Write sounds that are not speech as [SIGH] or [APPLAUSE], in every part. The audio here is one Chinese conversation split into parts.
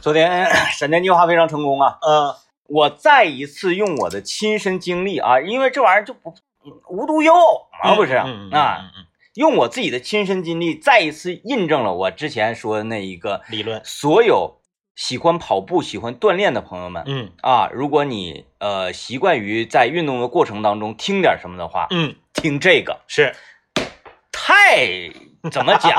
昨天 [CLEARS THROAT] 闪电计划非常成功啊！嗯我再一次用我的亲身经历啊，因为这玩意儿就不无独有偶嘛，不是、嗯嗯啊？嗯嗯用我自己的亲身经历再一次印证了我之前说的那一个理论，所有喜欢跑步、喜欢锻炼的朋友们，嗯啊，如果你呃习惯于在运动的过程当中听点什么的话，嗯听这个是太怎么 [LAUGHS] 讲，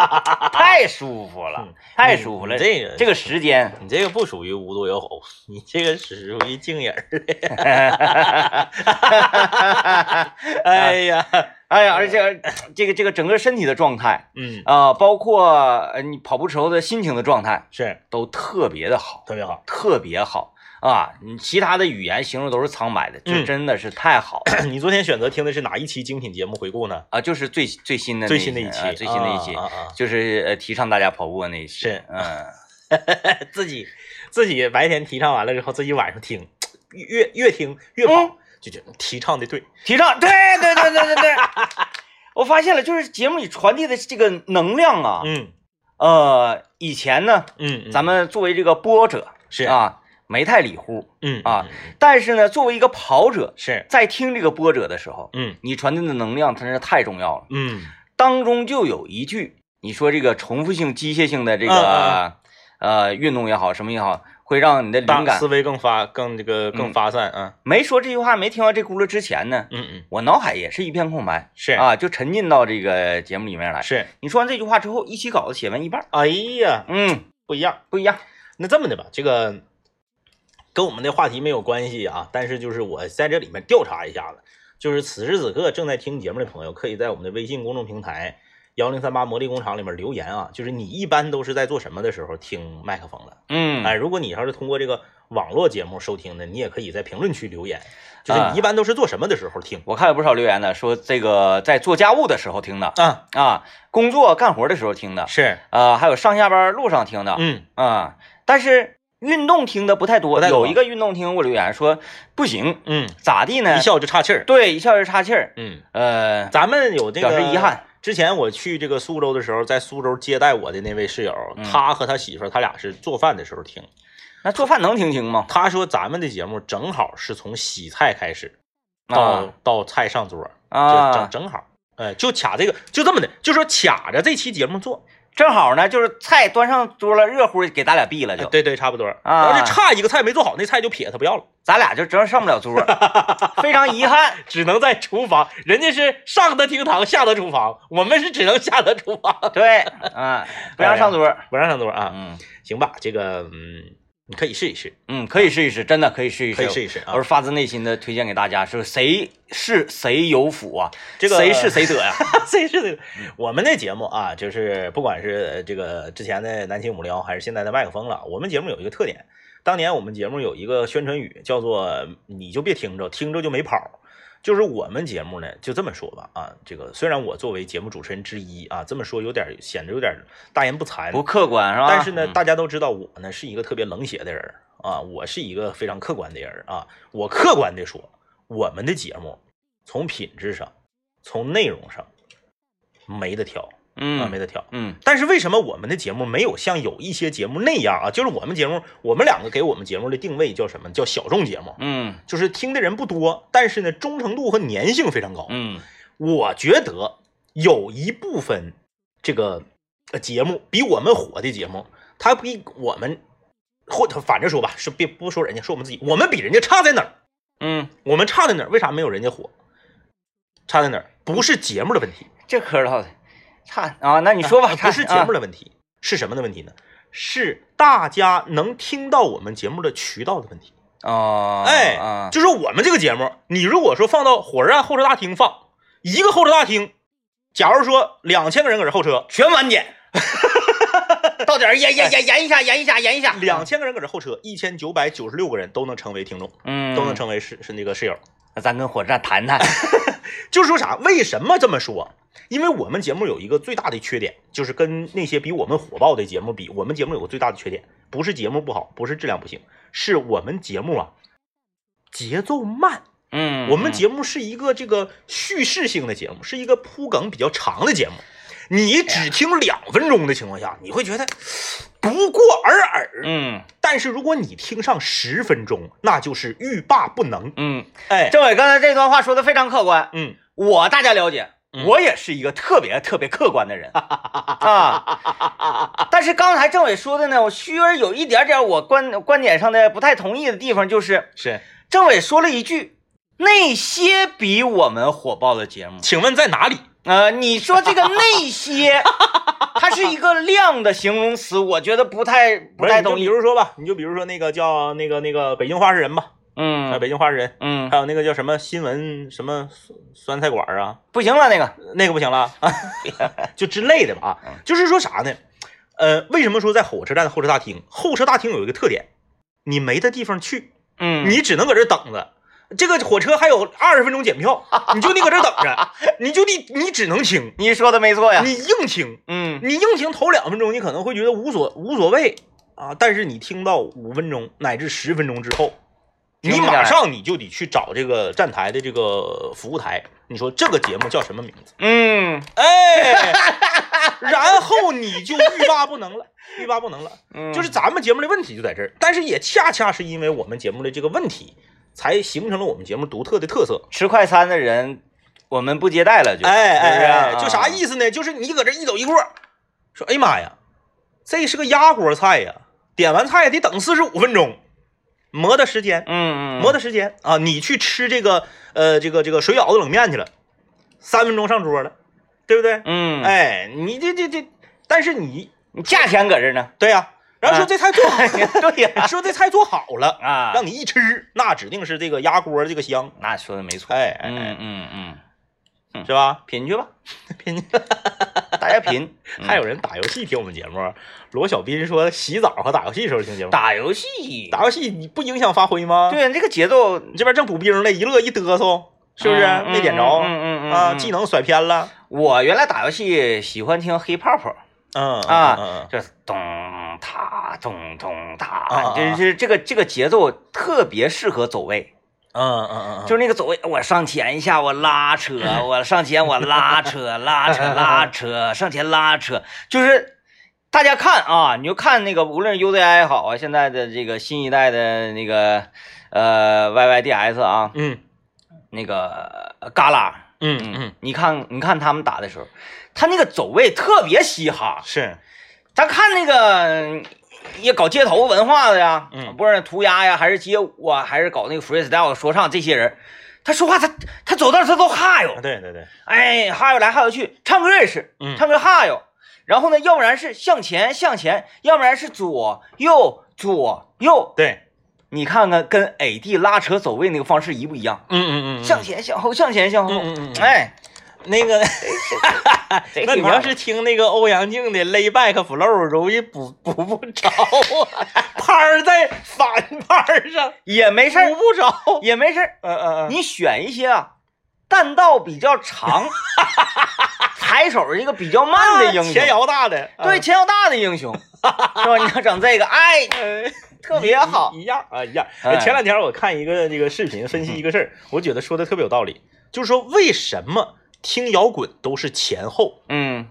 太舒服了嗯，太舒服了。你这个这个时间，你这个不属于无独有偶，你这个只属于静影儿。 [LAUGHS] 哎呀，哎呀，而且这个这个整个身体的状态嗯啊、包括呃你跑步时候的心情的状态，是都特别的好，特别好。 [CLEARS THROAT] 特别好啊！你其他的语言形容都是苍白的，这嗯真的是太好了、你昨天选择听的是哪一期精品节目回顾呢？啊！就是最最新的那最新的一啊期，最新的一期。啊啊啊就是呃提倡大家跑步的那一期。是 [LAUGHS] 嗯，自己自己白天提倡完了之后，自己晚上听，越越听越哦跑，就觉得提倡的对。提倡，对对对对对对。 [LAUGHS] 我发现了，就是节目里传递的这个能量啊，嗯呃，以前呢，嗯，咱们作为这个播者是，啊，没太理乎，嗯啊，但是呢，作为一个跑者，是，在听这个播者的时候，嗯你传递的能量真是太重要了。嗯当中就有一句，你说这个重复性、机械性的这嗯个呃运动也好，什么也好，会让你的灵大感嗯思。维更发更这个更发散啊，没说这句话，没听到这轱辘之前呢，嗯嗯我脑海也是一片空白是啊，就沉浸到这个节目里面来。是，你说完这句话之后，一起稿子写完一半儿，哎呀嗯，不一样。不一样。那这么的吧，这个跟我们的话题没有关系啊，但是就是我在这里面调查一下子，就是此时此刻正在听节目的朋友，可以在我们的微信公众平台幺零三八魔力工厂里面留言啊，就是你一般都是在做什么的时候听麦克风的？嗯，哎，如果你要是通过这个网络节目收听的，你也可以在评论区留言，就是啊你一般都是做什么的时候听我看有不少留言呢，说这个在做家务的时候听的啊？啊，工作干活的时候听的，是，啊，还有上下班路上听的嗯，啊。但是运动听的不太多，不太多有一个运动听给我留言说不行，嗯，咋地呢一？笑就岔气儿，对，一笑就岔气儿。嗯，呃，咱们有这个表示遗憾。之前我去这个苏州的时候，在苏州接待我的那位室友，嗯他和他媳妇儿，他俩是做饭的时候听。那做饭能听清吗？他说咱们的节目正好是从洗菜开始，到、啊到菜上桌，就啊正，正好，哎，就卡这个，就这么的，就说卡着这期节目做，正好呢，就是菜端上桌了，热乎给咱俩毙了哎就，对对，差不多。啊要是差一个菜没做好，那菜就撇他不要了，咱俩就真上不了桌，非常遗憾。 [LAUGHS] 只能在厨房。人家是上得厅堂，下得厨房，我们是只能下得厨房， [LAUGHS] 对，啊，不让上桌。不让上桌啊。嗯行吧，这个嗯，你可以试一试，嗯，可以试一试，真的可以试一试，可以试一试啊我是发自内心的推荐给大家，是谁是谁有福啊？这个谁是谁得呀、 [LAUGHS] 谁是谁？我们的节目啊，就是不管是呃这个之前的南秦五聊，还是现在的麦克风了，我们节目有一个特点，当年我们节目有一个宣传语叫做“你就别听着，听着就没跑”。就是我们节目呢，就这么说吧啊，这个虽然我作为节目主持人之一啊，这么说有点显得有点大言不惭，不客观是吧？但是呢，嗯大家都知道我呢是一个特别冷血的人儿啊，我是一个非常客观的人儿啊。我客观的说，我们的节目从品质上、从内容上没得挑啊，没嗯得挑。嗯但是为什么我们的节目没有像有一些节目那样啊？就是我们节目，我们两个给我们节目的定位叫什么？叫小众节目，嗯就是听的人不多，但是呢忠诚度和粘性非常高。嗯我觉得有一部分这个呃节目比我们火的节目，它比我们或者反着说吧，是别不说人家，说我们自己，我们比人家差在哪儿？嗯，我们差在哪儿？为啥没有人家火？差在哪儿？不是节目的问题，这嗑唠的差啊，那你说吧，啊差不是节目啊的问题，是什么的问题呢？是大家能听到我们节目的渠道的问题。哦，哎啊，就是我们这个节目，你如果说放到火车站候车大厅放一个候车大厅，假如说两千个人搁这候车，全晚 [LAUGHS] 点，到点儿延延延延一下，延一下，延一下，两千个人搁这候车，一千九百九十六个人都能成为听众，嗯都能成为是是那个室友。那咱跟火车站谈谈。就是说啥？为什么这么说？因为我们节目有一个最大的缺点，就是跟那些比我们火爆的节目比，我们节目有个最大的缺点，不是节目不好，不是质量不行，是我们节目啊节奏慢。嗯，我们节目是一个这个叙事性的节目，是一个铺梗比较长的节目。你哎只听两分钟的情况下，你会觉得不过尔尔。嗯但是如果你听上十分钟，那就是欲罢不能。嗯，哎，政委刚才这段话说的非常客观，嗯我大家了解，嗯我也是一个特别特别客观的 [LAUGHS] 人啊。但是刚才政委说的呢，我虚儿有一点点我观观点上的不太同意的地方，就是是。政委说了一句。那些比我们火爆的节目，请问在哪里？呃，你说这个那 [LAUGHS] 些，它是一个量的形容词，我觉得不太不是太你就懂比。如说吧，你就比如说那个叫那个那个北京话事人吧，啊，嗯北京话事人，嗯，还有那个叫什么新闻什么酸酸菜馆啊，不行了，那个， [LAUGHS] 那个不行了啊， [LAUGHS] 就之类的吧啊，就是说啥呢？呃，为什么说在火车站的候车大厅？候车大厅有一个特点，你没的地方去，嗯，你只能搁这等着。这个火车还有二十分钟检票，你就得搁这等 [LAUGHS] 着，你就得你只能听，你说的没错呀。你硬听，嗯你硬听头两分钟，你可能会觉得无所无所谓啊，但是你听到五分钟乃至十分钟之后，停你不下来马上你就得去找这个站台的这个服务台，你说这个节目叫什么名字？嗯哎， [LAUGHS] 然后你就欲罢不能了，欲罢不能了。嗯，就是咱们节目的问题就在这儿，但是也恰恰是因为我们节目的这个问题，才形成了我们节目独特的特色。吃快餐的人，我们不接待了，就啊哎哎哎，就啥思？意思呢？就是你搁这一走一过，说哎呀妈呀，这是个压锅菜呀，点完菜得等四十五分钟，磨的时间，嗯嗯，磨的时间啊！你去吃这个呃这个这个水饺子冷面去了，三分钟上桌了，对不对？嗯，哎，你这这这，但是你你价钱搁这呢？对呀、然后说啊这菜做好， [LAUGHS] 对呀，说这菜做好了，啊，让你一吃，那指定是这个压锅这个香，那说的没错。哎哎嗯哎，嗯嗯，是吧？品去吧， [LAUGHS] 拼。大家品 [LAUGHS] 还有人打游戏听我们节目，罗小斌说洗澡和打游戏时候听节嗯目。打游戏，打游戏你不影响发挥吗？，对啊这个节奏你这边正补兵呢，一乐一嘚瑟，是不是？嗯嗯没点着、嗯嗯嗯嗯啊，嗯技能甩偏了。我原来打游戏喜欢听黑泡泡，嗯啊嗯就是咚哒咚咚啊哒，就是这个这个节奏特别适合走位。嗯嗯嗯，就是那个走位，我上前一下，我拉 [LAUGHS] 扯，我上前我拉扯，拉扯拉扯，上前拉扯，就是大家看啊，你就看那个，无论是 UZI 也好啊，现在的这个新一代的那个呃 YYDS 啊，嗯那个呃旮旯，嗯嗯，你看你看他们打的时候，他那个走位特别嘻哈，是咱看那个也搞街头文化的呀，嗯不管是涂鸦呀，还是街舞啊，还是搞那个 freestyle 说唱，这些人，他说话他他走道他都哈啊哟，对对对，哎，哈悠来哈悠去，唱歌也是嗯，唱歌哈悠，然后呢，要不然是向前向前，要不然是左右左右，对，你看看跟 A D 拉扯走位那个方式一不一样？嗯嗯嗯，向前向后向前向后，嗯嗯嗯嗯哎，那个，这 [LAUGHS] 那地你方要是听那个欧阳靖的 lay back flow，容易补补不着啊， [LAUGHS] 拍儿在反拍儿上也没事补儿不着。也没事儿，嗯嗯嗯，你选一些啊，弹道比较 [LAUGHS] 长，抬手一个比较慢的英雄，啊前摇嗯大的，对前摇大的英 [LAUGHS] 雄，是吧？你要整这个，哎，嗯。特别好一，一一样啊，一样。哎前两天我看一个这个视频，分析一个事儿，我觉得说的特别有道理，就是说为什么听摇滚都是前后，嗯，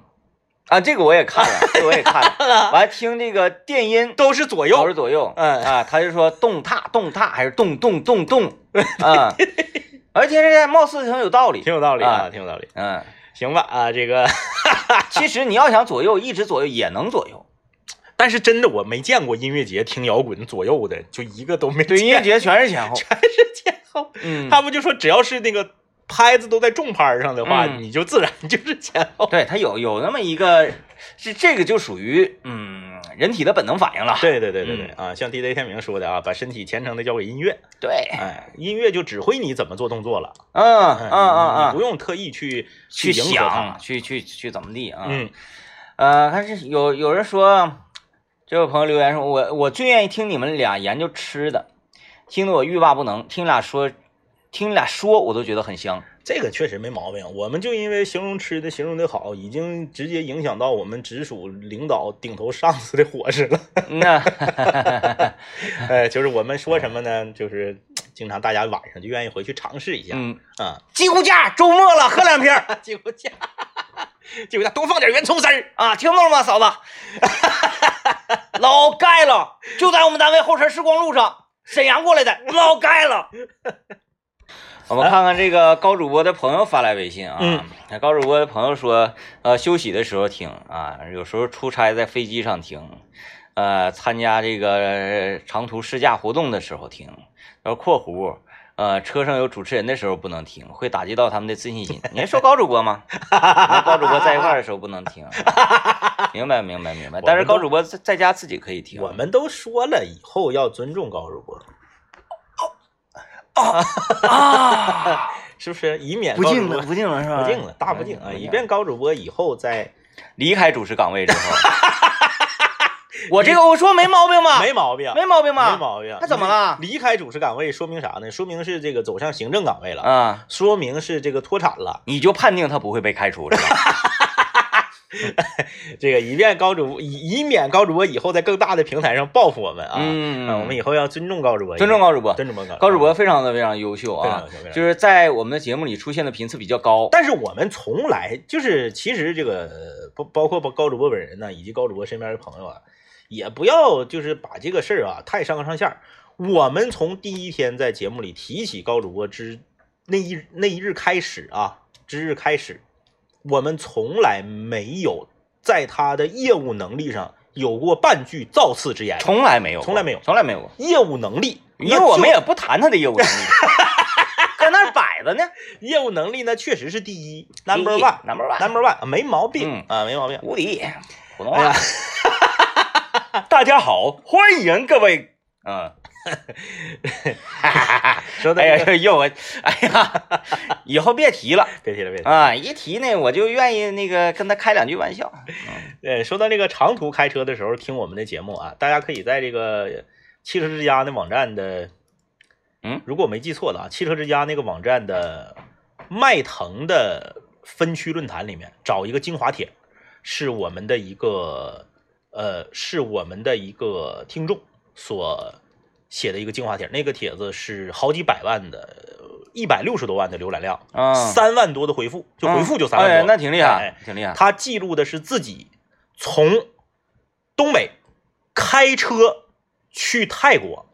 啊，这个我也看了，这个我也看 [LAUGHS] 啊了，我还听这个电音。都是左老师右，左右，嗯啊，他就说动踏动踏还是动动动 [LAUGHS] 动，啊，而且这貌似挺有道理挺，有道理啊，啊挺有道理。嗯，行吧啊，这个，其实你要想左右，一直左右也能左右，但是真的我没见过音乐节听摇滚左右的，就一个都 [LAUGHS] 没对，音乐见节全是前后，全是前后。嗯，他不就说只要是那个拍子都在重拍上的话，嗯你就自然就是前后。对，它有有那么一个，是这个就属于嗯人体的本能反应了。对对对对对、啊，像 DJ 天明说的啊，把身体虔诚的交给音乐，对，哎，音乐就指挥你怎么做动作了。嗯嗯哎嗯你嗯，不用特意去去迎合它想，去去去怎么地啊？，嗯呃，但是有有人说，这位朋友留言说，我我最愿意听你们俩研究吃的，听得我欲罢不能，听你俩说，听你俩说我都觉得很香。这个确实没毛病。我们就因为形容吃的形容的好，已经直接影响到我们直属领导顶头上司的伙食了。那 [LAUGHS] 哎，就是我们说什么呢？就是经常大家晚上就愿意回去尝试一下嗯，啊。 [LAUGHS] 鸡骨架周末了，喝两瓶儿。鸡骨架，就给他多放点圆葱丝儿。啊，听到了吗，嫂子？ [LAUGHS] 老盖了，就在我们单位后身时光路上，沈阳过来的，老盖了。 [LAUGHS] 我们看看这个高主播的朋友发来微信啊，嗯高主播的朋友说，呃，休息的时候听啊，有时候出差在飞机上听，呃，参加这个长途试驾活动的时候听，然后（括弧）呃，车上有主持人的时候不能听，会打击到他们的自信心。你还说高主播 [LAUGHS] 吗？那高主播在一块儿的时候不能听，明白明白明白。但是高主播在在家自己可以听。 [LAUGHS] 我们都说了，以后要尊重高主播， [LAUGHS] 啊，是不是？以免不高主敬播了，不敬了是嗯吧？不敬了，大不敬啊！以一便高主播以后在离开主持岗 [LAUGHS] 位之后，我这个我说没毛病吧？没毛病，啊没毛病吧？没毛病。他怎么了离开主持岗位说明啥呢？说明是这个走向行政岗位了，啊！说明是这个脱产了。你就判定他不会被开除是 [LAUGHS] 吧？这个以便高主播以以免高主播以后在更大的平台上报复我们啊！嗯啊我们以后要尊重高主播，尊重高主播，尊重高高主播非常的非常优秀非常啊优秀非常优，秀就是在我们的节目里出现的频次比较高。但是我们从来就是，其实这个包包括高主播本人呢，以及高主播身边的朋友啊，也不要就是把这个事儿啊太上纲上线儿。我们从第一天在节目里提起高主播之那一那一日开始啊，之日开始，我们从来没有在他的业务能力上有过半句造次之言，从来没有过，从来没有从来没有过，业务能力，因为我们没也不谈他的业务能 [LAUGHS] 力，搁那儿摆着呢。业务能力呢，确实是第一，number 第一 one，number number one one，number one，没毛病、嗯啊，没毛病。无敌，普通哎话。 [LAUGHS] 大家好，欢迎各位。嗯， [LAUGHS] 说的哎呀，又我，哎呀，以后别提了别提了，别提了。啊！一提呢，我就愿意那个跟他开两句玩笑。呃，说到这个长途开车的时候听我们的节目啊，大家可以在这个汽车之家的网站的，嗯，如果我没记错的啊，汽车之家那个网站的迈腾的分区论坛里面找一个精华帖，是我们的一个呃，是我们的一个听众所写的一个精华帖，那个帖子是好几百万的，一百六十多万的浏览量，嗯，三万多的回复，就回复就三万多，哎，那挺厉害哎，挺厉害。他记录的是自己从东北开车去泰国，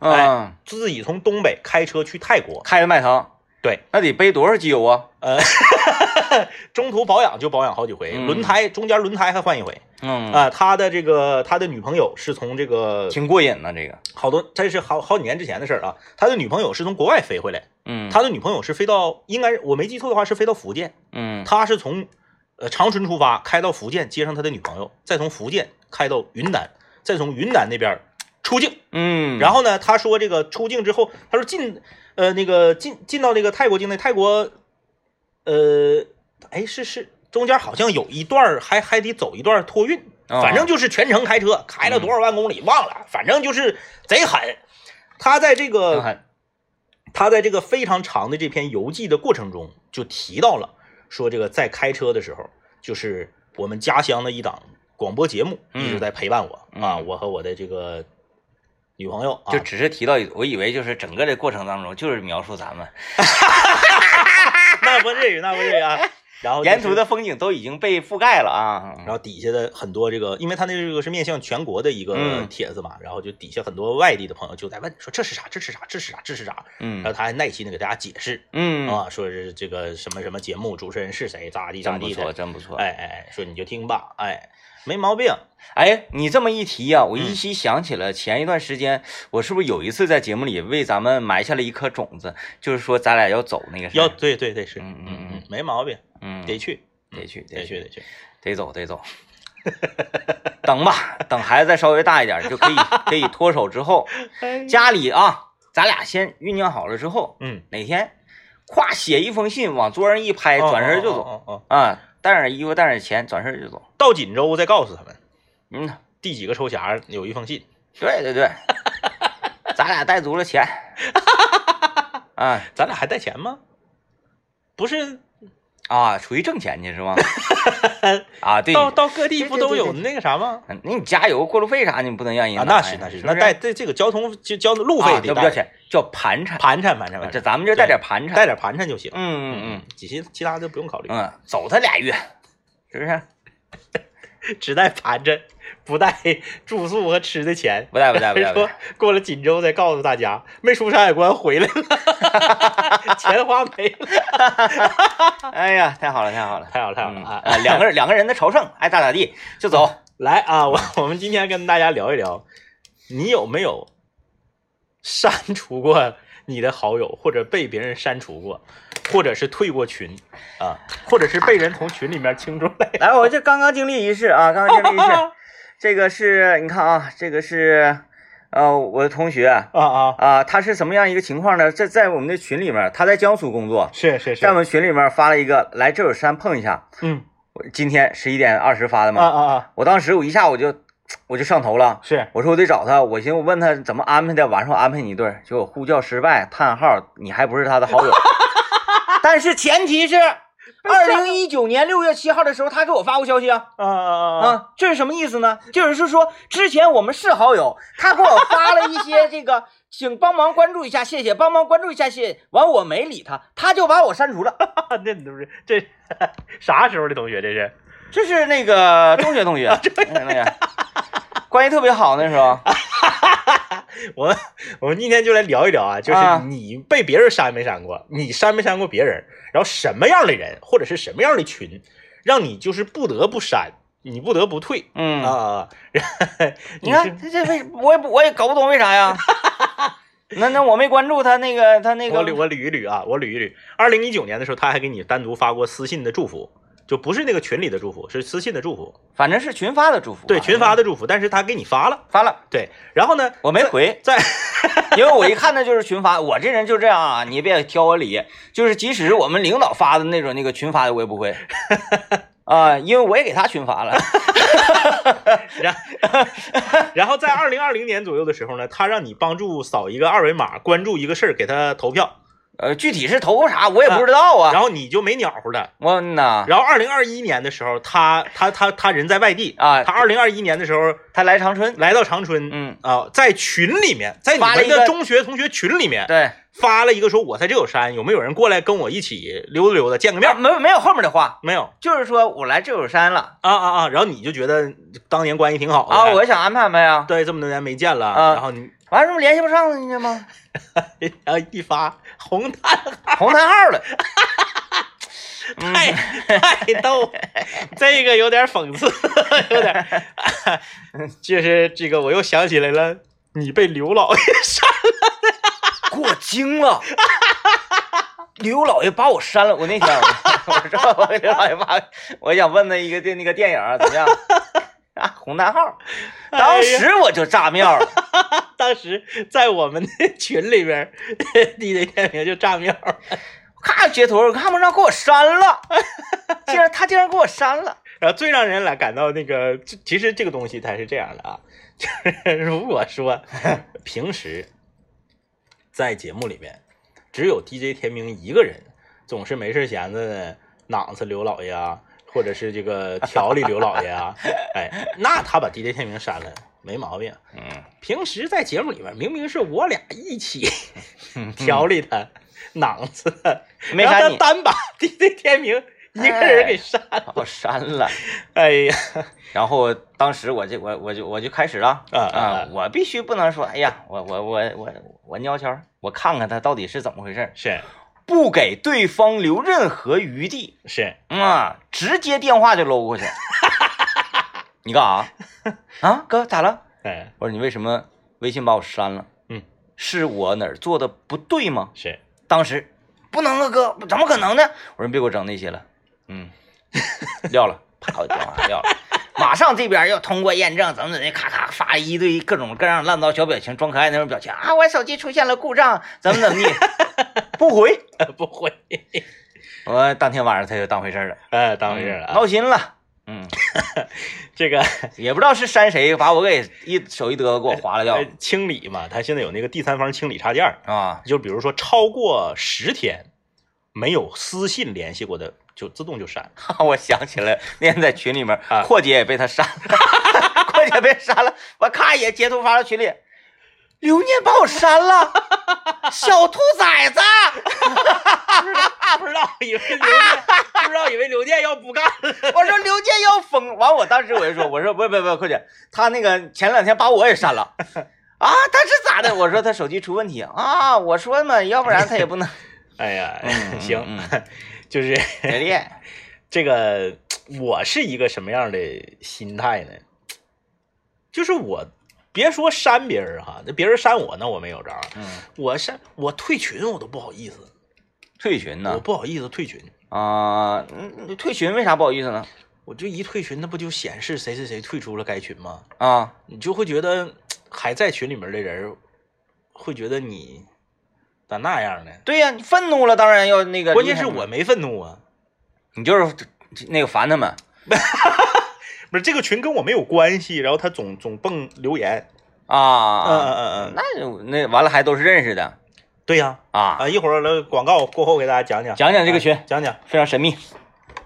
嗯，自己从东北开车去泰国，开的迈腾，对，那得背多少机油啊？中途保养就保养好几回，嗯轮胎中间轮胎还换一回啊、嗯，他的这个他的女朋友是从这个挺过瘾呢，这个。好多，这是好好几年之前的事儿啊，他的女朋友是从国外飞回来，嗯，他的女朋友是飞到应该我没记错的话是飞到福建，嗯，他是从呃长春出发，开到福建接上他的女朋友，再从福建开到云南，再从云南那边儿出境。嗯，然后后呢，他说这个出境之后，他说进呃那个进进到那个泰国境内，泰国呃哎是是中间好像有一段儿还还得走一段儿托运，啊反正就是全程开车开了多少万公里忘了，反正就是贼狠。他在这个他在这个非常长的这篇游记的过程中，就提到了说，这个在开车的时候，就是我们家乡的一档广播节目嗯一直在陪伴我、嗯啊，我和我的这个女朋友啊，就只是提到一，我以为就是整个的过程当中就是描述咱们那不 [LAUGHS] 至于，那不至于啊。然后就是沿途，的风景都已经被覆盖了啊。然后底下的很多这个，因为他那这个是面向全国的一个嗯帖子嘛，然后就底下很多外地的朋友就在问说这是啥，这是啥，这是啥，这是啥，然后嗯他还耐心的给大家解释。嗯，啊，说是这个什么什么节目，主持人是谁，咋地咋真不地的，错，真不错。哎哎哎，说你就听吧，哎，没毛病。哎，你这么一提呀、我嗯依稀想起了前一段时间，我是不是有一次在节目里为咱们埋下了一颗种子，就是说咱俩要走那个事儿要对对对是，嗯嗯嗯，没毛病，嗯得去，得去得去去得去。得走得走，等吧，等孩子再稍微大一点就可以可以脱手之 [LAUGHS] 后，哎家里啊，咱俩先酝酿好了之后，嗯，哪天咵写一封信往桌上一拍，哎转身就走哦。哦哦哦啊，带点衣服带点钱，转身就走。到锦州再告诉他们嗯呐。第几个抽匣有一封信。对对 [LAUGHS] 对，咱俩带足了钱。啊咱俩还带钱吗？不是，啊，出去挣钱去是 [LAUGHS] 吗？啊，对，到到各地对不对都对有对那个啥吗？嗯那你加油、过路费啥，你不能让人啊，拿那呀是那是，不那带这这个交通就交通路费啊得叫不叫带，钱？叫盘缠。盘缠盘缠盘这缠，咱们这带点盘缠。带点盘缠就行。嗯嗯其其他的不用考虑。嗯嗯，走他俩月，是不是？只带盘子，不带住宿和吃的钱。不带哎不带不带不 [LAUGHS] 说带，过了锦州再告诉大家，没出山海关回来了， [LAUGHS] 钱花没了。哎呀，太好了太好了，太好了太好了嗯啊！啊，两个人两个人的朝圣，爱咋咋地就走。来啊，我我们今天跟大家聊一聊，你有没有删除过你的好友，或者被别人删除过，或者是退过群啊，或者是被人从群里面清出来？ [LAUGHS] 来，我这刚刚经历一事啊，刚刚经 [LAUGHS] 历一事，这个是你看啊，这个是呃我的同学啊、啊啊，他是什么样一个情况呢？在在我们的群里面，他在江苏工作，是是是在我，们群里面发了一个来这有山碰一下，嗯我今天十一点二十发的啊嘛，啊啊，我当时我一下我就我就上头了。是我说我得找他，我寻思我问他怎么安排的，晚上我安排你一顿儿，结果呼叫失败，叹号，你还不是他的好友。 [LAUGHS] 但是前提 [LAUGHS] 是，二零一九年六月七号的时候，他给我发过消息啊啊啊啊，啊，这是什么意思呢？就是说之前我们是好友，他给我发了一些这个， [LAUGHS] 请帮忙关注一下，谢谢，帮忙关注一下，谢谢。完我没理他，他就把我删除了。这你都不是这啥时候的同学？这是这是那个中学同学，哎那个关系特别好那时 [LAUGHS] 候。我我们今天就来聊一聊啊，就是啊你被别人删没删过，你删没删过别人，然后什么样的人或者是什么样的群，让你就是不得不删，你不得不退嗯啊。你是看这这为我也不我也搞不懂为啥呀？ [LAUGHS] 那那我没关注他那个他那个我捋我捋一捋啊，我捋一捋。二零一九年的时候，他还给你单独发过私信的祝福，就不是那个群里的祝福，是私信的祝福，反正是群发的祝福吧，对群发的祝福，但是他给你发了，发了，对。然后呢，我没回，在因为我一看那就是群发，我这人就这样啊，你别挑我理，就是即使我们领导发的那种那个群发的我也不 [LAUGHS] 回。啊、因为我也给他群发了， [LAUGHS] 然然后在二零二零年左右的时候呢，他让你帮助扫一个二维码，关注一个事儿，给他投票，呃，具体是投个啥我也不知道啊。然后你就没鸟乎他。我呐，然后二零二一年的时候，他他他他人在外地啊他二零二一年的时候他来长春，来到长春，嗯，啊，在群里面，在你发了们一的个中学同学群里面对，发了一个说，我在这有山，有没有人过来跟我一起溜达溜达，见个面没儿？啊没没有后面的话，没有就是说我来这有山了啊啊啊！然后你就觉得当年关系挺好的啊，我想安排安排啊，对这么多年没见了，啊然后你完了这不联系不上了你知道吗？然后一发红毯红叹号 [LAUGHS] 了。嗯太太逗 [LAUGHS] 了，这个有点讽刺， [LAUGHS] 有点，就是这个我又想起来了，你被刘老爷 [LAUGHS] 删给我惊了。刘老爷把我删了，我那天 [LAUGHS] 我我说我给刘老爷把，我想问他一个电那个电影啊怎么样？ [LAUGHS] 啊，红叹号，哎呀当时我就炸庙 [LAUGHS] 了。了，当时在我们的群里 [LAUGHS] 边，DJ 天明就炸庙了，咔截图，我看不上，给我删 [LAUGHS] 了。竟然他竟然给我删了，然后呃最让人来感到那个，这其实这个东西它是这样的啊，就是如果 [LAUGHS] 说平时在节目里面只有 DJ 天明一个人，总是没事闲着呢，囊子刘老爷啊，或者是这个调理刘老 [LAUGHS] 爷啊，哎，那他把 DJ 天明删了没毛病。嗯，平时在节目里面明明是我俩 [LAUGHS] 一起调理他，囊子他，没然后删他你，哎单把 DJ 天明一个人给删了，把我删了。哎呀。然后当时我就我我就我就开始了啊啊啊啊，我必须不能说，哎呀，我我我我我尿悄，我看看他到底是怎么回事儿，是不给对方留任何余地，是，嗯啊，直接电话就搂过去。你干啥？啊，哥咋了？哎，我说你为什么微信把我删了？嗯，是我哪儿做的不对吗？是当时不能啊，哥，怎么可能呢？我说你别给我整那些了，嗯，撂了，啪，我电话撂了。马上这边要通过验证，怎么怎么的，咔咔发一堆各种各样乱糟小表情，装可爱那种表情啊！我手机出现了故障，怎么怎么地，呃不回。不会，我当天晚上他就当回事儿了，嗯呃，当回事儿了啊。闹心了。嗯，这个也不知道是删谁，把我给一手一嘚给我划了掉呃清理嘛，它现在有那个第三方清理插件儿，啊！就比如说超过十天没有私信联系过的，就自动就删。 [LAUGHS] 我想起来那天在群里面啊，阔姐也被他删 [LAUGHS] 了，阔姐被删了，我咔也截图发到群里，刘念把我删了，小兔崽子，不知道以为刘健，不知道以为刘健要不干了。我说刘健要疯，完我当时我就说，我说不不不，快点，他那个前两天把我也删 [LAUGHS] 了。啊，他是咋的？我说他手机出问题啊！我说嘛，要不然他也不能 [LAUGHS] 哎呀，嗯 [LAUGHS] 行，嗯就是别练。这个，我是一个什么样的心态呢？就是我，别说删别人哈，那别人删我，那我没有招儿。嗯，我删我退群我都不好意思，退群我呢？不好意思退群，啊，嗯退群为啥不好意思呢？我就一退群，那不就显示谁谁谁退出了该群吗？啊，你就会觉得还在群里面的人，会觉得你咋那样呢？对呀、你愤怒了，当然要那个。关键是我，没愤怒啊，你就是那个烦他们。不是这个群跟我没有关系，然后他总总蹦留言，嗯嗯啊，嗯嗯，那就那完了还都是认识的对呀、啊，啊，一会儿来广告过后给大家讲讲，讲讲这个群哎讲讲非常神秘。哎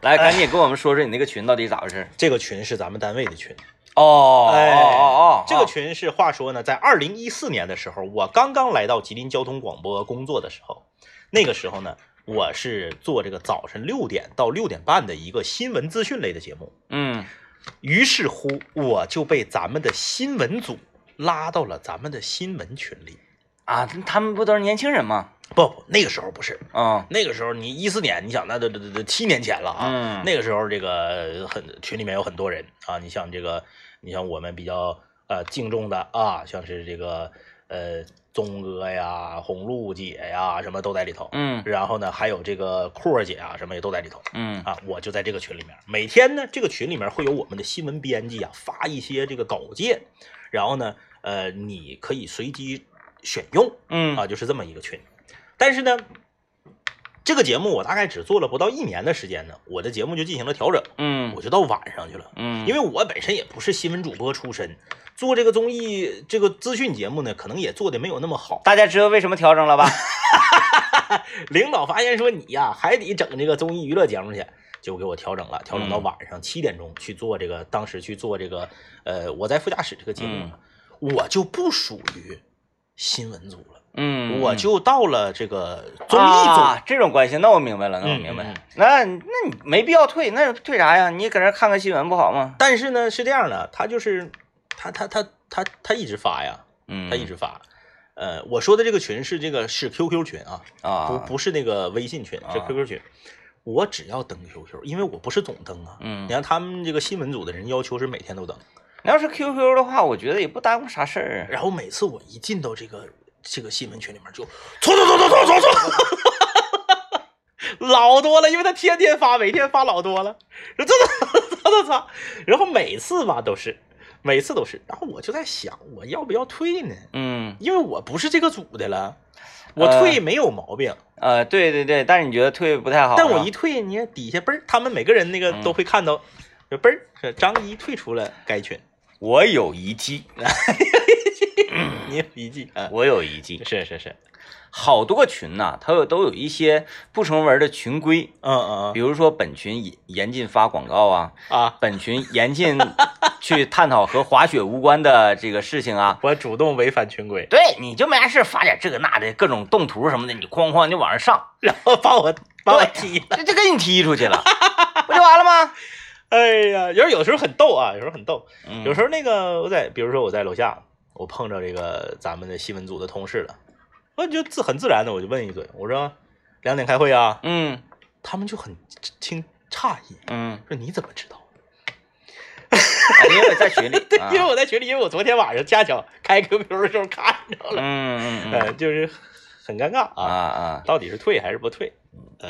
来，赶紧给我们说说你那个群到底咋回事？这个群是咱们单位的群，哦哦哎哦哦，这个群是话说呢，在二零一四年的时候，我刚刚来到吉林交通广播工作的时候，那个时候呢，我是做这个早晨六点到六点半的一个新闻资讯类的节目，嗯于是乎我就被咱们的新闻组拉到了咱们的新闻群里。啊，他们不都是年轻人吗？不不，那个时候不是，啊，那个时候你一四年，你想那都都都都七年前了啊。嗯那个时候这个很群里面有很多人啊，你像这个，你像我们比较呃敬重的啊，像是这个呃宗哥呀、红露姐呀，什么都在里头。嗯然后呢，还有这个酷儿姐啊，什么也都在里头。嗯啊，我就在这个群里面，每天呢，这个群里面会有我们的新闻编辑啊发一些这个稿件，然后呢，呃，你可以随机选用，嗯啊，就是这么一个群。但是呢，这个节目我大概只做了不到一年的时间呢，我的节目就进行了调整，嗯我就到晚上去了。嗯，因为我本身也不是新闻主播出身，做这个综艺这个资讯节目呢，可能也做的没有那么好。大家知道为什么调整了吧？领导发现说你呀、还得整这个综艺娱乐节目去，就给我调整了，调整到嗯晚上七点钟去做这个，当时去做这个，呃，我在副驾驶这个节嗯目呢，我就不属于新闻组了，嗯，我嗯就到了这个综艺组啊、这种关系，那我明白了，那我明白。嗯嗯那那你没必要退，那退啥呀？你搁那看看新闻不好吗？但是呢，是这样的，他就是他他他他他一直发呀，嗯，他一直发。呃，我说的这个群是这个是 QQ 群啊，啊，不不是那个微信群，是啊 QQ 群。我只要登 QQ，因为我不是总登啊。嗯你看他们这个新闻组的人要求是每天都登，你要是 QQ 的话，我觉得也不耽误啥事儿。然后每次我一进到这个这个新闻群里面就，冲冲冲冲冲冲冲，老多了，因为他天天发，每天发老多了，这 [LAUGHS] 这这这这，然后每次吧都是，每次都是，然后我就在想，我要不要退呢？嗯，因为我不是这个组的了，我退没有毛病，呃，对对对，但是你觉得退不太好？啊但是我吧一退，你看底下嘣儿，他们每个人那个都会看到，就嘣儿，是张一退出了该群，我有遗迹，嗯你有一记啊，我有遗迹，是是是，好多个群呐、它有都有一些不成文的群规，嗯嗯比如说本群严严禁发广告啊，嗯啊。本群严禁去探讨和滑雪无关的这个事情啊，我主动违反群规，对，你就没啥事发点这个那的各种动图什么的，你哐哐就往上上，然后把我把我踢了。这就给你踢出去了，不就完了吗？哎呀，有时候有时候很逗啊，有时候很逗。嗯 [LAUGHS] 有时候那个我在，比如说我在楼下，我碰着这个咱们的新闻组的同事了，我就自很自然的我就问一嘴，我说两点开会啊，嗯他们就很轻诧异，嗯，说你怎么知道？ [LAUGHS] 哎因为我在群里，啊因为我在群里，因为我昨天晚上恰巧开 QQ 的时候看着嗯了，嗯嗯呃，就是很尴尬啊啊，啊，到底是退还是不退？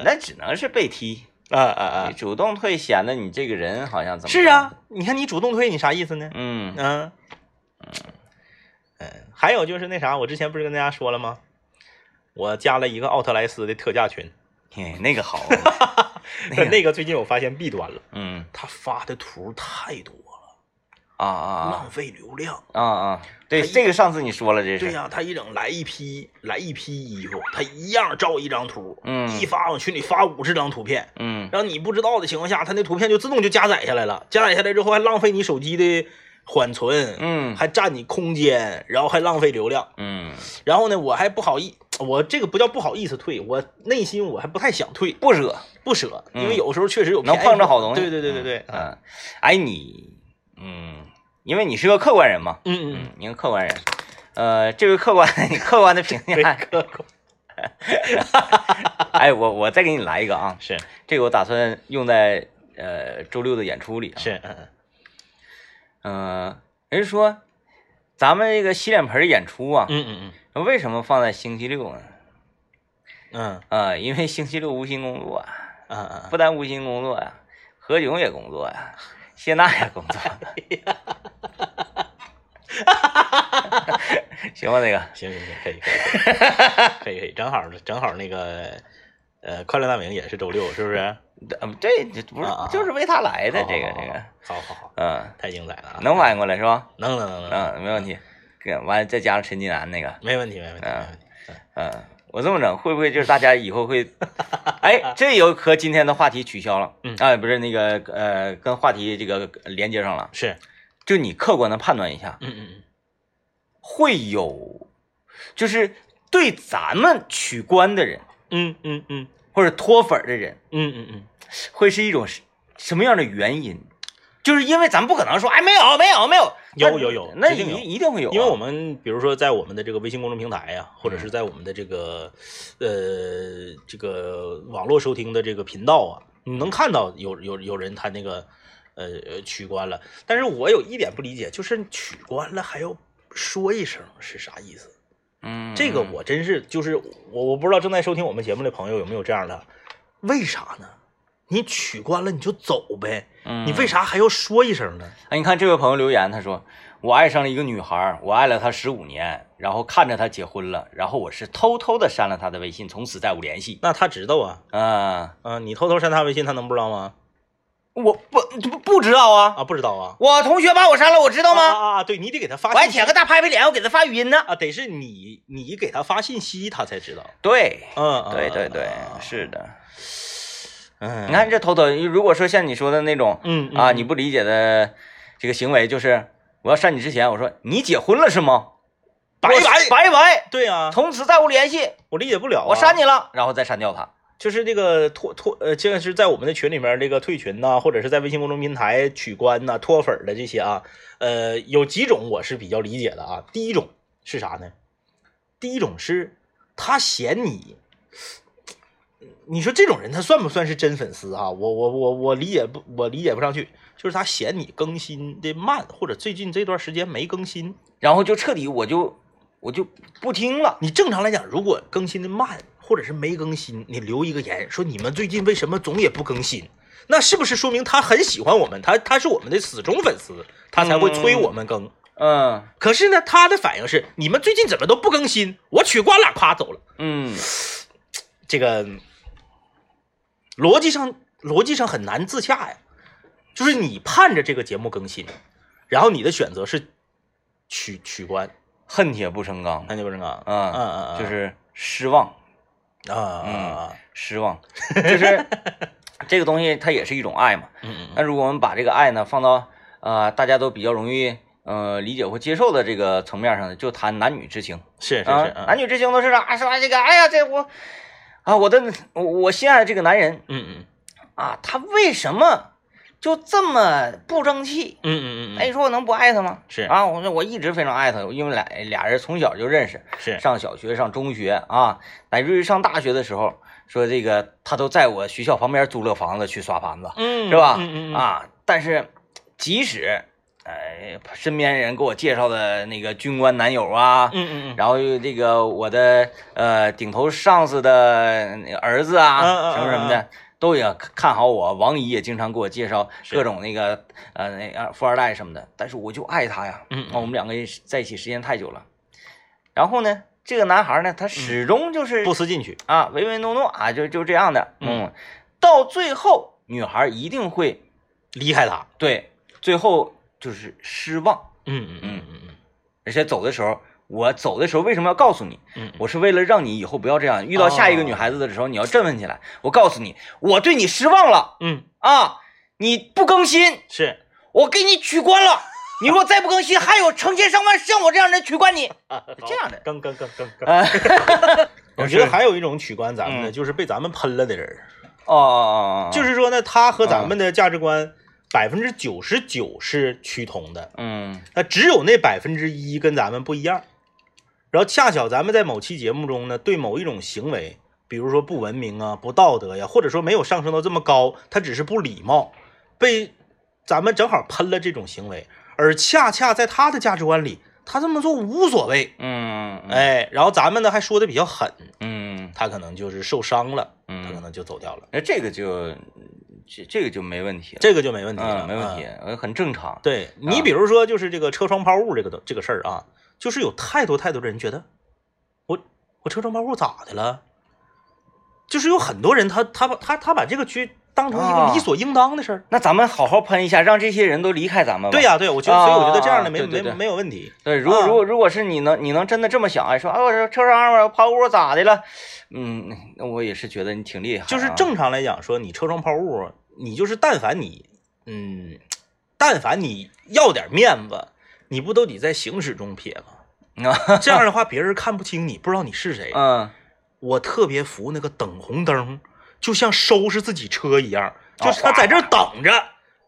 那只能是被踢，啊啊啊你！主动退显得你这个人好像怎么是啊，你看你主动退，你啥意思呢？嗯嗯，嗯，还有就是那啥，我之前不是跟大家说了吗？我加了一个奥特莱斯的特价群，嘿那个 [LAUGHS] 好，哎那 [LAUGHS] 那个最近我发现弊端了，嗯他发的图太多了，啊啊浪费流量。啊啊，对这个上次你说了这对是，呀、他一整来一批，来一批衣服，他一样照一张图，嗯一发往群里发五十张图片，嗯然后你不知道的情况下，他那图片就自动就加载下来了，加载下来之后还浪费你手机的缓存，嗯还占你空间，然后还浪费流量，嗯嗯，然后呢，我还不好意，我这个不叫不好意思退，我内心我还不太想退，不惹，不舍，因嗯为有时候确实有能便宜碰着好东西。哎对对对对对，啊嗯，嗯哎你，嗯，因为你是个客观人嘛，嗯嗯嗯，你是个客观人，呃，这位客观， [LAUGHS] 你客观的评嗯，价，客观哎，我我再给你来一个啊，是这个我打算用在呃周六的演出里啊，是，嗯嗯嗯，人家说咱们这个洗脸盆演出啊，嗯嗯为什么放在星期六呢？嗯啊，因为星期六无薪工作啊，嗯嗯不但无薪工作呀、何炅也工作呀、谢娜也工作。 [LAUGHS] 行吧，那个行行行，可以可 [LAUGHS] 以可以可以可以，正好正好那个呃，快乐大明也是周六，是不是？呃，这这不是啊啊啊就是为他来的好这个好这个，好好好，嗯，太精彩了啊！能反应过来是吧？能能能能，嗯，没问题。给完再加上陈近南那个，没问题没问题没嗯问题。嗯，我这么整会不会就是大家以后会， [LAUGHS] 哎，这有和今天的话题取消了，嗯啊，不是那个呃，跟话题这个连接上了，是，就你客观的判断一下，嗯嗯嗯，会有，就是对咱们取关的人嗯嗯嗯或者脱粉儿的人，嗯嗯嗯，会是一种什什么样的原因？就是因为咱不可能说，哎，没有，没有，没有，有那有有那一定有一一定会有啊、嗯因为我们比如说在我们的这个微信公众平台呀、或者是在我们的这个呃这个网络收听的这个频道啊，你能看到有有有人他那个呃呃取关了，但是我有一点不理解，就是取关了还要说一声是啥意思？嗯，这个我真是就是我我不知道正在收听我们节目的朋友有没有这样的，为啥呢？你取关了你就走呗，嗯，你为啥还要说一声呢？哎，你看这位朋友留言，他说我爱上了一个女孩儿，我爱了她十五年，然后看着她结婚了，然后我是偷偷的删了她的微信，从此再无联系。那他知道啊，啊、啊、你偷偷删他微信，他能不知道吗？我不不不知道啊，啊，不知道啊，我同学把我删了，我知道啊吗？啊啊！对你得给他发我还信息舔个大拍拍脸，我给他发语音呢。啊，得是你你给他发信息，他才知道。对，嗯，对对对嗯，是的。嗯，你看这偷偷，如果说像你说的那种嗯，嗯啊，你不理解的这个行为，就是我要删你之前，我说你结婚了是吗？拜我拜拜拜，对啊，从此再无联系，我理解不了、啊。我删，你了，然后再删掉他。就是这个脱脱呃，这个是在我们的群里面，这个退群呐、或者是在微信公众平台取关呐、脱粉儿的这些啊，呃，有几种我是比较理解的啊。第一种是啥呢？第一种是他嫌你。你说这种人他算不算是真粉丝啊？我我我我理解不，我理解不上去，就是他嫌你更新的慢，或者最近这段时间没更新。然后就彻底我就我就不听了。你正常来讲，如果更新的慢，或者是没更新，你留一个言说你们最近为什么总也不更新？那是不是说明他很喜欢我们？他他是我们的死忠粉丝，他才会催我们更。嗯可是呢，他的反应是你们最近怎么都不更新？我取关了，夸走了。嗯，这个逻辑上逻辑上很难自洽呀。就是你盼着这个节目更新，然后你的选择是取取关，恨铁不成钢。看见不成啊？嗯嗯嗯，就是失望，啊啊，失望， [LAUGHS] 就是这个东西它也是一种爱嘛。嗯嗯那如果我们把这个爱呢放到呃大家都比较容易呃理解或接受的这个层面上呢，就谈男女之情是是是，嗯啊，男女之情都是啊说这个哎呀这我啊我的我我心爱的这个男人嗯嗯啊，他为什么就这么不争气？嗯嗯嗯，哎，你说我能不爱他吗？是啊，我说我一直非常爱他，因为俩俩人从小就认识，是上小学、上中学啊，乃至于上大学的时候，说这个他都在我学校旁边租了房子去刷盘子，嗯是吧？嗯嗯啊，但是即使呃身边人给我介绍的那个军官男友啊，嗯嗯嗯，然后又这个我的呃顶头上司的那个儿子啊，嗯嗯什么什么的。都也看好我，王姨也经常给我介绍是各种那个呃那个富二代什么的，但是我就爱他呀，嗯嗯啊我们两个人在一起时间太久了，然后呢，这个男孩呢，他始终就是、嗯不思进取，啊唯唯诺诺啊，就就这样的，嗯，到最后女孩一定会离开他，对最后就是失望，嗯嗯嗯嗯而且走的时候，我走的时候为什么要告诉你？嗯我是为了让你以后不要这样，遇到下一个女孩子的时候，你要振奋起来。我告诉你，我对你失望了嗯，啊！你不更新，是我给你取关了，你如果再不更新，还有成千上万像我这样的人取关你。啊这样的更更更更更。啊， [LAUGHS] 我觉得还有一种取关咱们的，嗯就是被咱们喷了的人儿，哦哦哦，就是说呢，他和啊咱们的价值观百分之九十九是趋同的，嗯那只有那百分之一跟咱们不一样。然后恰巧咱们在某期节目中呢，对某一种行为，比如说不文明啊、不道德呀，或者说没有上升到这么高，他只是不礼貌，被咱们正好喷了这种行为，而恰恰在他的价值观里，他这么做无所谓，嗯，嗯哎，然后咱们呢还说的比较狠，嗯他可能就是受伤了，他可嗯，能就走掉了，那这个就这这个就没问题了，这个就没问题了，嗯没问题嗯。，呃很正常。对你比如说就是这个车窗抛物这个东这个事儿啊，就是有太多太多的人觉得我我车窗抛物咋的了？就是有很多人他他把他他把这个去当成一啊个理所应当的事儿。那咱们好好喷一下，让这些人都离开咱们吧。对呀、对，我觉得，所以我觉得这样啊的没对对没对没有问题。对，如果啊如果如果是你能你能真的这么想，哎，说啊，我这车上我跑屋咋的了？嗯，那我也是觉得你挺厉害啊，就是正常来讲说，你车窗抛物，你就是但凡你嗯，但凡你要点面子，你不都得在行驶中撇吗？啊，这样的话，别人看不清你，不知道你是谁。嗯，我特别服那个等红灯，就像收拾自己车一样，哦就是他在这儿等着，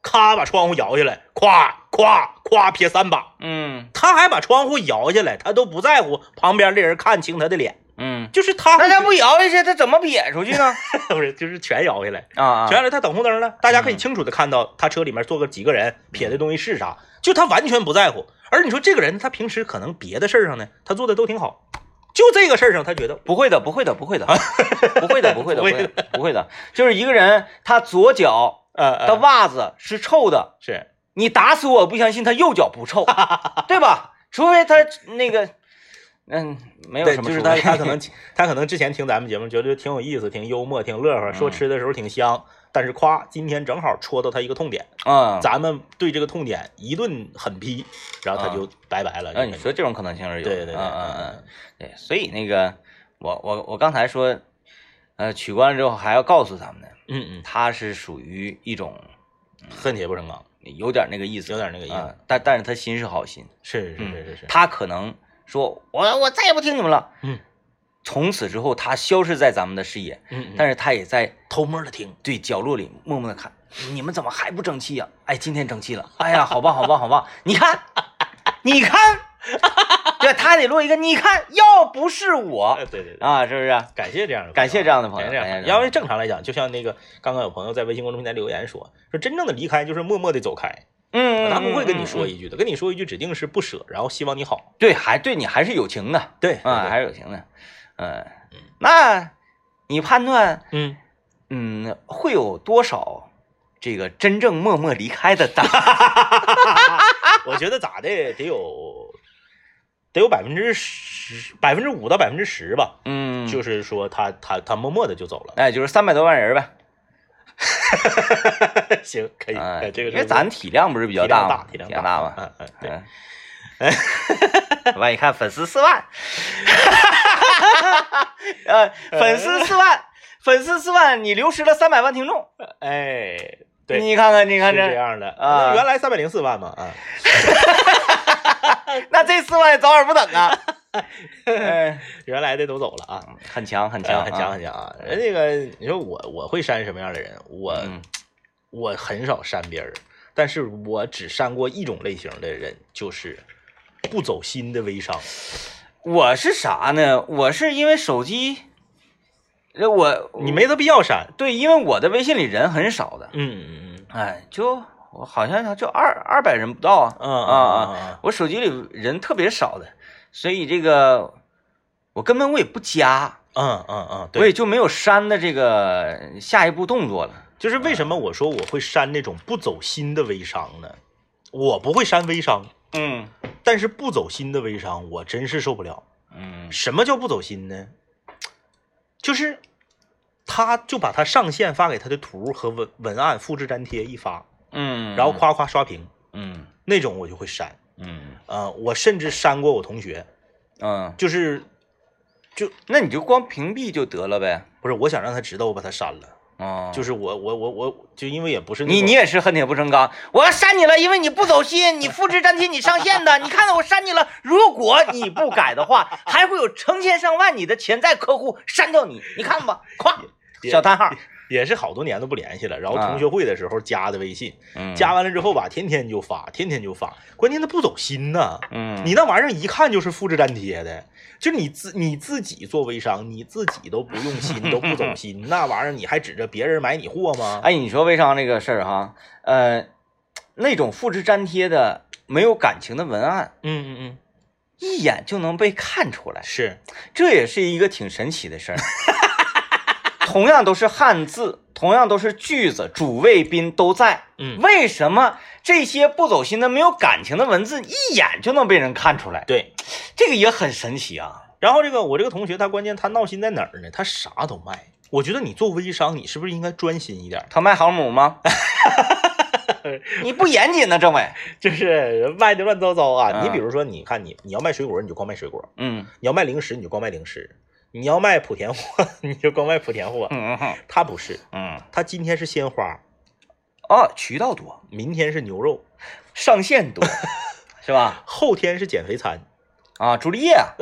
咔把窗户摇下来，咵咵咵撇三把，嗯他还把窗户摇下来，他都不在乎旁边的人看清他的脸，嗯，就是他那他不摇下去，他怎么撇出去呢？不是 [LAUGHS] 就是全摇下来， [LAUGHS] 啊，全摇下来他等红灯了，大家可以嗯清楚的看到他车里面坐个几个人，撇的东西是啥，就他完全不在乎。而你说这个人，他平时可能别的事儿上呢，他做的都挺好，就这个事儿上，他觉得不会的，不会的，不 [LAUGHS] 会的，不会的，不会的，不不会会的，不会的，就是一个人他左脚呃的呃袜子是臭的，是你打死我不相信他右脚不臭，对吧？除非他那个，嗯，没有对，什么就是除他非 [LAUGHS] 他可能他可能之前听咱们节目觉得挺有意思，挺幽默，挺乐呵，嗯说吃的时候挺香，但是夸今天正好戳到他一个痛点，嗯，咱们对这个痛点一顿狠批，然后他就拜拜了。嗯那你说这种可能性是有的，对对对，嗯嗯嗯，对，所以那个我我我刚才说，呃，取关了之后还要告诉他们呢，嗯他是属于一种嗯，恨铁不成钢，有点那个意思，有点那个意思啊但但是他心是好心，是是嗯是是是，他可能说我我再也不听你们了，嗯从此之后他消失在咱们的视野，嗯，但是是他也在偷摸的听，对角落里默默的看，你们怎么还不争气呀、哎，今天争气了，哎呀，好棒，好棒，好棒！你看，你看，对，他还得落一个，你看，要不是我哎对对对。啊，是不是？感谢这样的朋友啊，感谢这样的朋友感谢这感谢这样样的要是正常来讲，就像那个刚刚有朋友在微信公众平台留言说，说真正的离开就是默默的走开，嗯，他不会跟你说嗯，嗯嗯一句的，跟你说一句指定是不舍，然后希望你好。对，还对你还是有情的，对啊，还是有情的，嗯，那你判断，嗯，嗯，会有多少这个真正默默离开的大？我觉得咋的得有得有百分之十，百分之五到百分之十吧。嗯，，[LAUGHS] 就是是说他他他默默的就走了。 [LAUGHS] 哎，就是三百多万人呗，行，可以，哎哎，这个因为咱体量不是比比较大吗？体量大大嘛，嗯嗯，对，嗯，完一看粉丝四万，呃，粉丝四万，粉丝四万，你流失了三百万听众，哎，对，是你看看，你看这这，样的啊那原来三百零四万嘛，啊，那这四万也早晚不等 [LAUGHS] 啊，哎，原来的都走了啊，很强，很啊强，很强很强啊。人那个你说我我会删什么样的人？我嗯，我很少删别人，但是我只删过一种类型的人，就是不走心的微商。我是啥呢？我是因为手机，呃我你没这必要删。对，因为我的微信里人很少的，嗯嗯哎，就我好像就二二百人不到啊，嗯啊啊。啊！我手机里人特别少的，所以这个我根本我也不加，嗯嗯嗯，我对，也就没有删的这个下一步动作了。就是为什么我说我会删那种不走心的微商呢？我不会删微商，嗯但是不走心的微商我真是受不了。嗯什么叫不走心呢？就是他就把他上线发给他的图和文文案复制粘贴一发，嗯，然后夸夸刷屏嗯那种，我就会删。嗯呃，我甚至删过我同学，嗯，就是那你就光屏蔽就得了呗。不是我想让他知道我把他删了，哦，就是我我我我就因为也不是那你种你也是恨铁不成钢，我要删你了，因为你不走心，你复制粘贴，你上线的。你看到我删你了，如果你不改的话，还会有成千上万你的潜在客户删掉你。你看吧，咵，也小叹号，也是好多年都不联系了，然后啊同学会的时候加的微信，嗯加完了之后吧，天天就发，天天就发，关键他不走心呐、嗯，你那玩意儿一看就是复制粘贴的，就你自你自己做微商，你自己都不用心，都不走 [LAUGHS] 心，那玩意儿你还指着别人买你货吗？哎，你说微商这个事儿哈，呃，那种复制粘贴的没有感情的文案，嗯嗯嗯，一眼就能被看出来，是，这也是一个挺神奇的事儿。 [LAUGHS] 同样都是汉字，同样都是句子，主谓宾都在，嗯，为什么这些不走心的、没有感情的文字一眼就能被人看出来？对。这个也很神奇啊！然后这个我这个同学他关键他闹心在哪儿呢？他啥都卖。我觉得你做微商，你是不是应该专心一点儿？他卖航母吗？ [LAUGHS] 你不严谨呢，政委。 [LAUGHS] 就是卖的乱糟糟啊！啊你比如说，你看你你要卖水果，你就光卖水果；嗯你要卖零食，你就光卖零食；你要卖莆田货， [LAUGHS] 你就光卖莆田货。嗯嗯他不是，嗯。他今天是鲜花，哦，渠道多，明天是牛肉，上线多， [LAUGHS] 是吧？后天是减肥餐，啊，朱丽叶啊，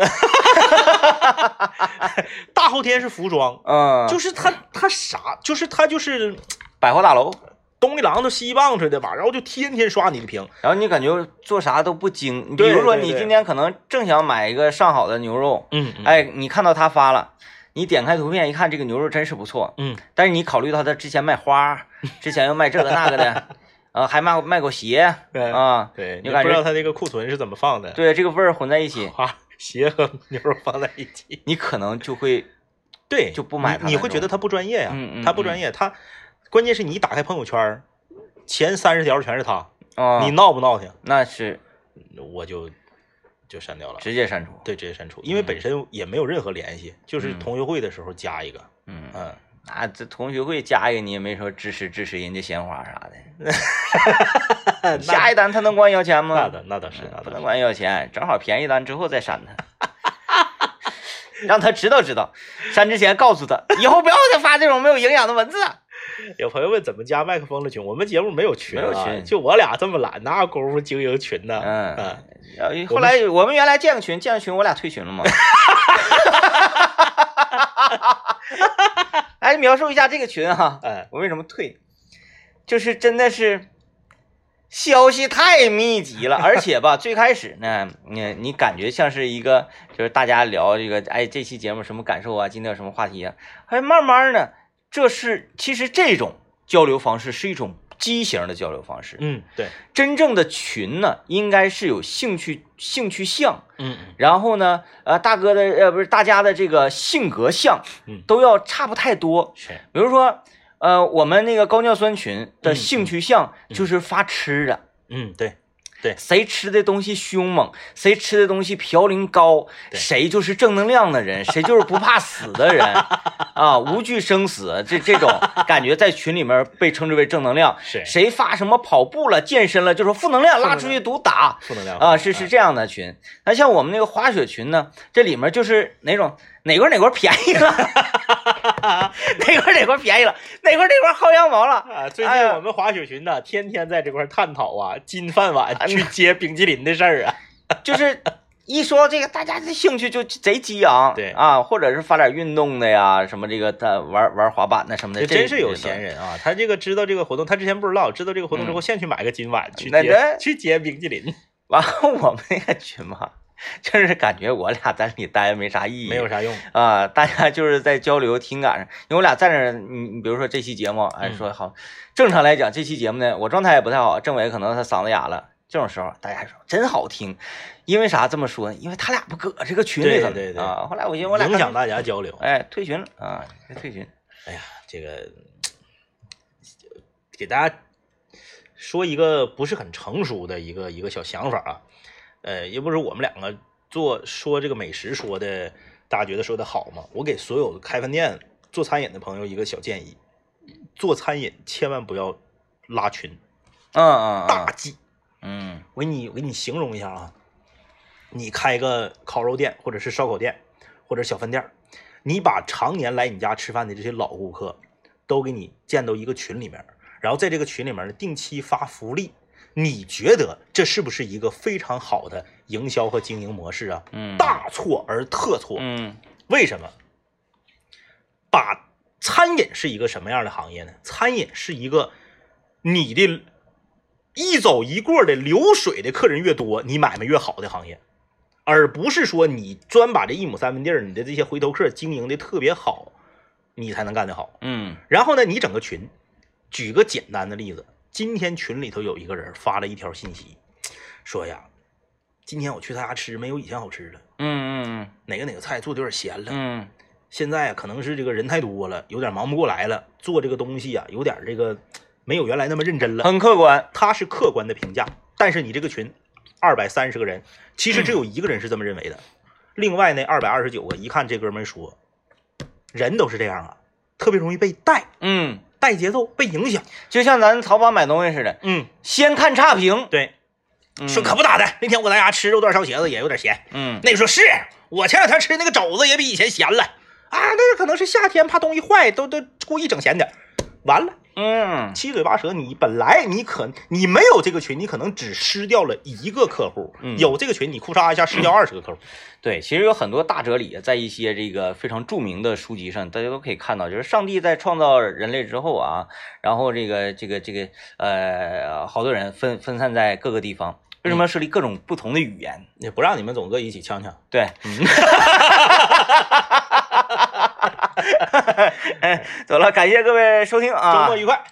大后天是服装。嗯，就是是他他啥，就是他就是百货大楼，东一榔头西一棒槌的吧，然后就天天刷你的屏。然后你感觉做啥都不精。你比对如说，对你对今天可能正想买一个上好的牛肉，嗯哎，哎，你看到他发了，你点开图片一看，这个牛肉真是不错，嗯，但是你考虑到他之前卖花 [LAUGHS] 儿，之前又卖这个那个的，呃，还卖卖过鞋对啊，对，你你感不知道觉他这个库存是怎么放的。对这个味儿混在一起，花鞋和牛肉放在一 [LAUGHS] 起，你可能就会对，就不买它你，你那会种觉得他不专业呀、嗯嗯他不专业，他关键是你打开朋友圈儿，前三十条全是他，啊，你闹不闹挺？那是我就就删掉了，直接删除，对，直接删除，嗯因为本身也没有任何联系，就是同学会的时候加一个，嗯。嗯，啊，这同学会加一个，你也没说支持支持人家鲜花啥 [LAUGHS] 的。 [LAUGHS] 下一单他能管你要钱吗？那倒那倒是嗯那不倒能是，管你要钱，正好便宜单之后再删他， [LAUGHS] 让他知道知道，删之前告诉他，以后不要再发这种没有营养的文字。有朋友问怎么加麦克风的群，我们节目没有群、啊，没有群就我俩这么懒，哪有功夫经营群呢？嗯嗯然后后来我们原来建个群，建个群我俩退群了嘛。 [LAUGHS] 来描述一下这个群啊哈、嗯我为什么退？就是真的是消息太密集了，而且吧，最开始呢，你你感觉像是一个就是大家聊这个，哎，这期节目什么感受啊？今天有什么话题啊？哎，慢慢呢，这是其实这种交流方式是一种畸形的交流方式。嗯，对，真正的群呢，应该是有兴趣兴趣项，嗯嗯然后呢，呃，大哥的呃不是大家的这个性格项嗯，都要差不太多。是，比如说，呃，我们那个高尿酸群的嗯兴趣项就是发吃的，嗯对，谁吃的东西凶猛，谁吃的东西嘌呤高，对谁就是正能量的 [LAUGHS] 人，谁就是不怕死的人啊，无惧生死，这这种感觉在群里面被称之为正能量。是谁发什么跑步了、健身了，就说负能量，拉出去毒打负能量啊，是是这样的群。那像我们那个滑雪群呢，这里面就是哪种哪块哪块便宜了， [LAUGHS] 哪块哪块便宜了，哪块哪块薅羊毛了，啊，最近哎呀我们滑雪群呢，天天在这块儿探讨啊，金饭碗哎去接冰激凌的事儿啊。就是一说这个，大家的兴趣就贼激昂，对啊，或者是发点运动的呀，什么这个他玩玩滑板的什么的，这这真是有闲。人啊！他这个知道这个活动，他之前不知道，知道这个活动之后，现去买个金碗去嗯那接那去接冰激凌，完了，我们那个群嘛， [LAUGHS] 就是感觉我俩在里待着没啥意义，没有啥用。啊，大家就是在交流听感上，因为我俩在那儿，你你比如说这期节目，哎，嗯说好，正常来讲这期节目呢，我状态也不太好，政委可能他嗓子哑了，这种时候大家还说真好听，因为啥这么说？因为他俩不搁这个群里头呢对对对啊，后来我寻思我俩影响干脆大家交流。哎，退群了啊，退群，哎呀，这个给大家说一个不是很成熟的一个一个小想法啊，呃，也不是我们两个做说这个美食说的，大家觉得说的好吗？我给所有开饭店做餐饮的朋友一个小建议，做餐饮千万不要拉群，嗯嗯大嗯忌。嗯我给你我给你形容一下啊，你开个烤肉店或者是烧烤店或者小饭店儿，你把常年来你家吃饭的这些老顾客都给你建到一个群里面，然后在这个群里面呢定期发福利。你觉得这是不是一个非常好的营销和经营模式啊？嗯，大错而特错。嗯为什么？把餐饮是一个什么样的行业呢？餐饮是一个你的一走一过的流水的客人越多，你买卖越好的行业，而不是说你专把这一亩三分地儿，你的这些回头客经营的特别好，你才能干得好。嗯然后呢，你整个群，举个简单的例子，今天群里头有一个人发了一条信息，说呀，今天我去他家吃，没有以前好吃了，嗯嗯哪个哪个菜做的有点咸了。嗯现在啊可能是这个人太多了，有点忙不过来了，做这个东西啊，有点这个没有原来那么认真嗯，了。很客观。他是客观的评价，但是你这个群二百三十个人，其实只有一个人是这么认为的，另外那二百二十九个一看这哥们儿说，人都是这样啊，特别容易被带嗯，带节奏，被影响。就像咱淘宝买东西似的，嗯，先看差评。对，嗯说可不咋的，那天我在家吃肉段烧茄子也有点咸，嗯那你说是我前两天吃那个肘子也比以前咸了啊，那可能是夏天怕东西坏，都都故意整咸点儿，完了。嗯七嘴八舌，你本来你可你没有这个群，你可能只失掉了一个客户；嗯有这个群，你库嚓一下失掉二十个客户。对，其实有很多大哲理，在一些这个非常著名的书籍上，大家都可以看到，就是上帝在创造人类之后啊，然后这个这个这个呃，好多人分分散在各个地方，为嗯什么要设立各种不同的语言？也不让你们总哥一起呛呛，对，嗯 [LAUGHS] [LAUGHS] 哎，走了，感谢各位收听周啊末，愉快。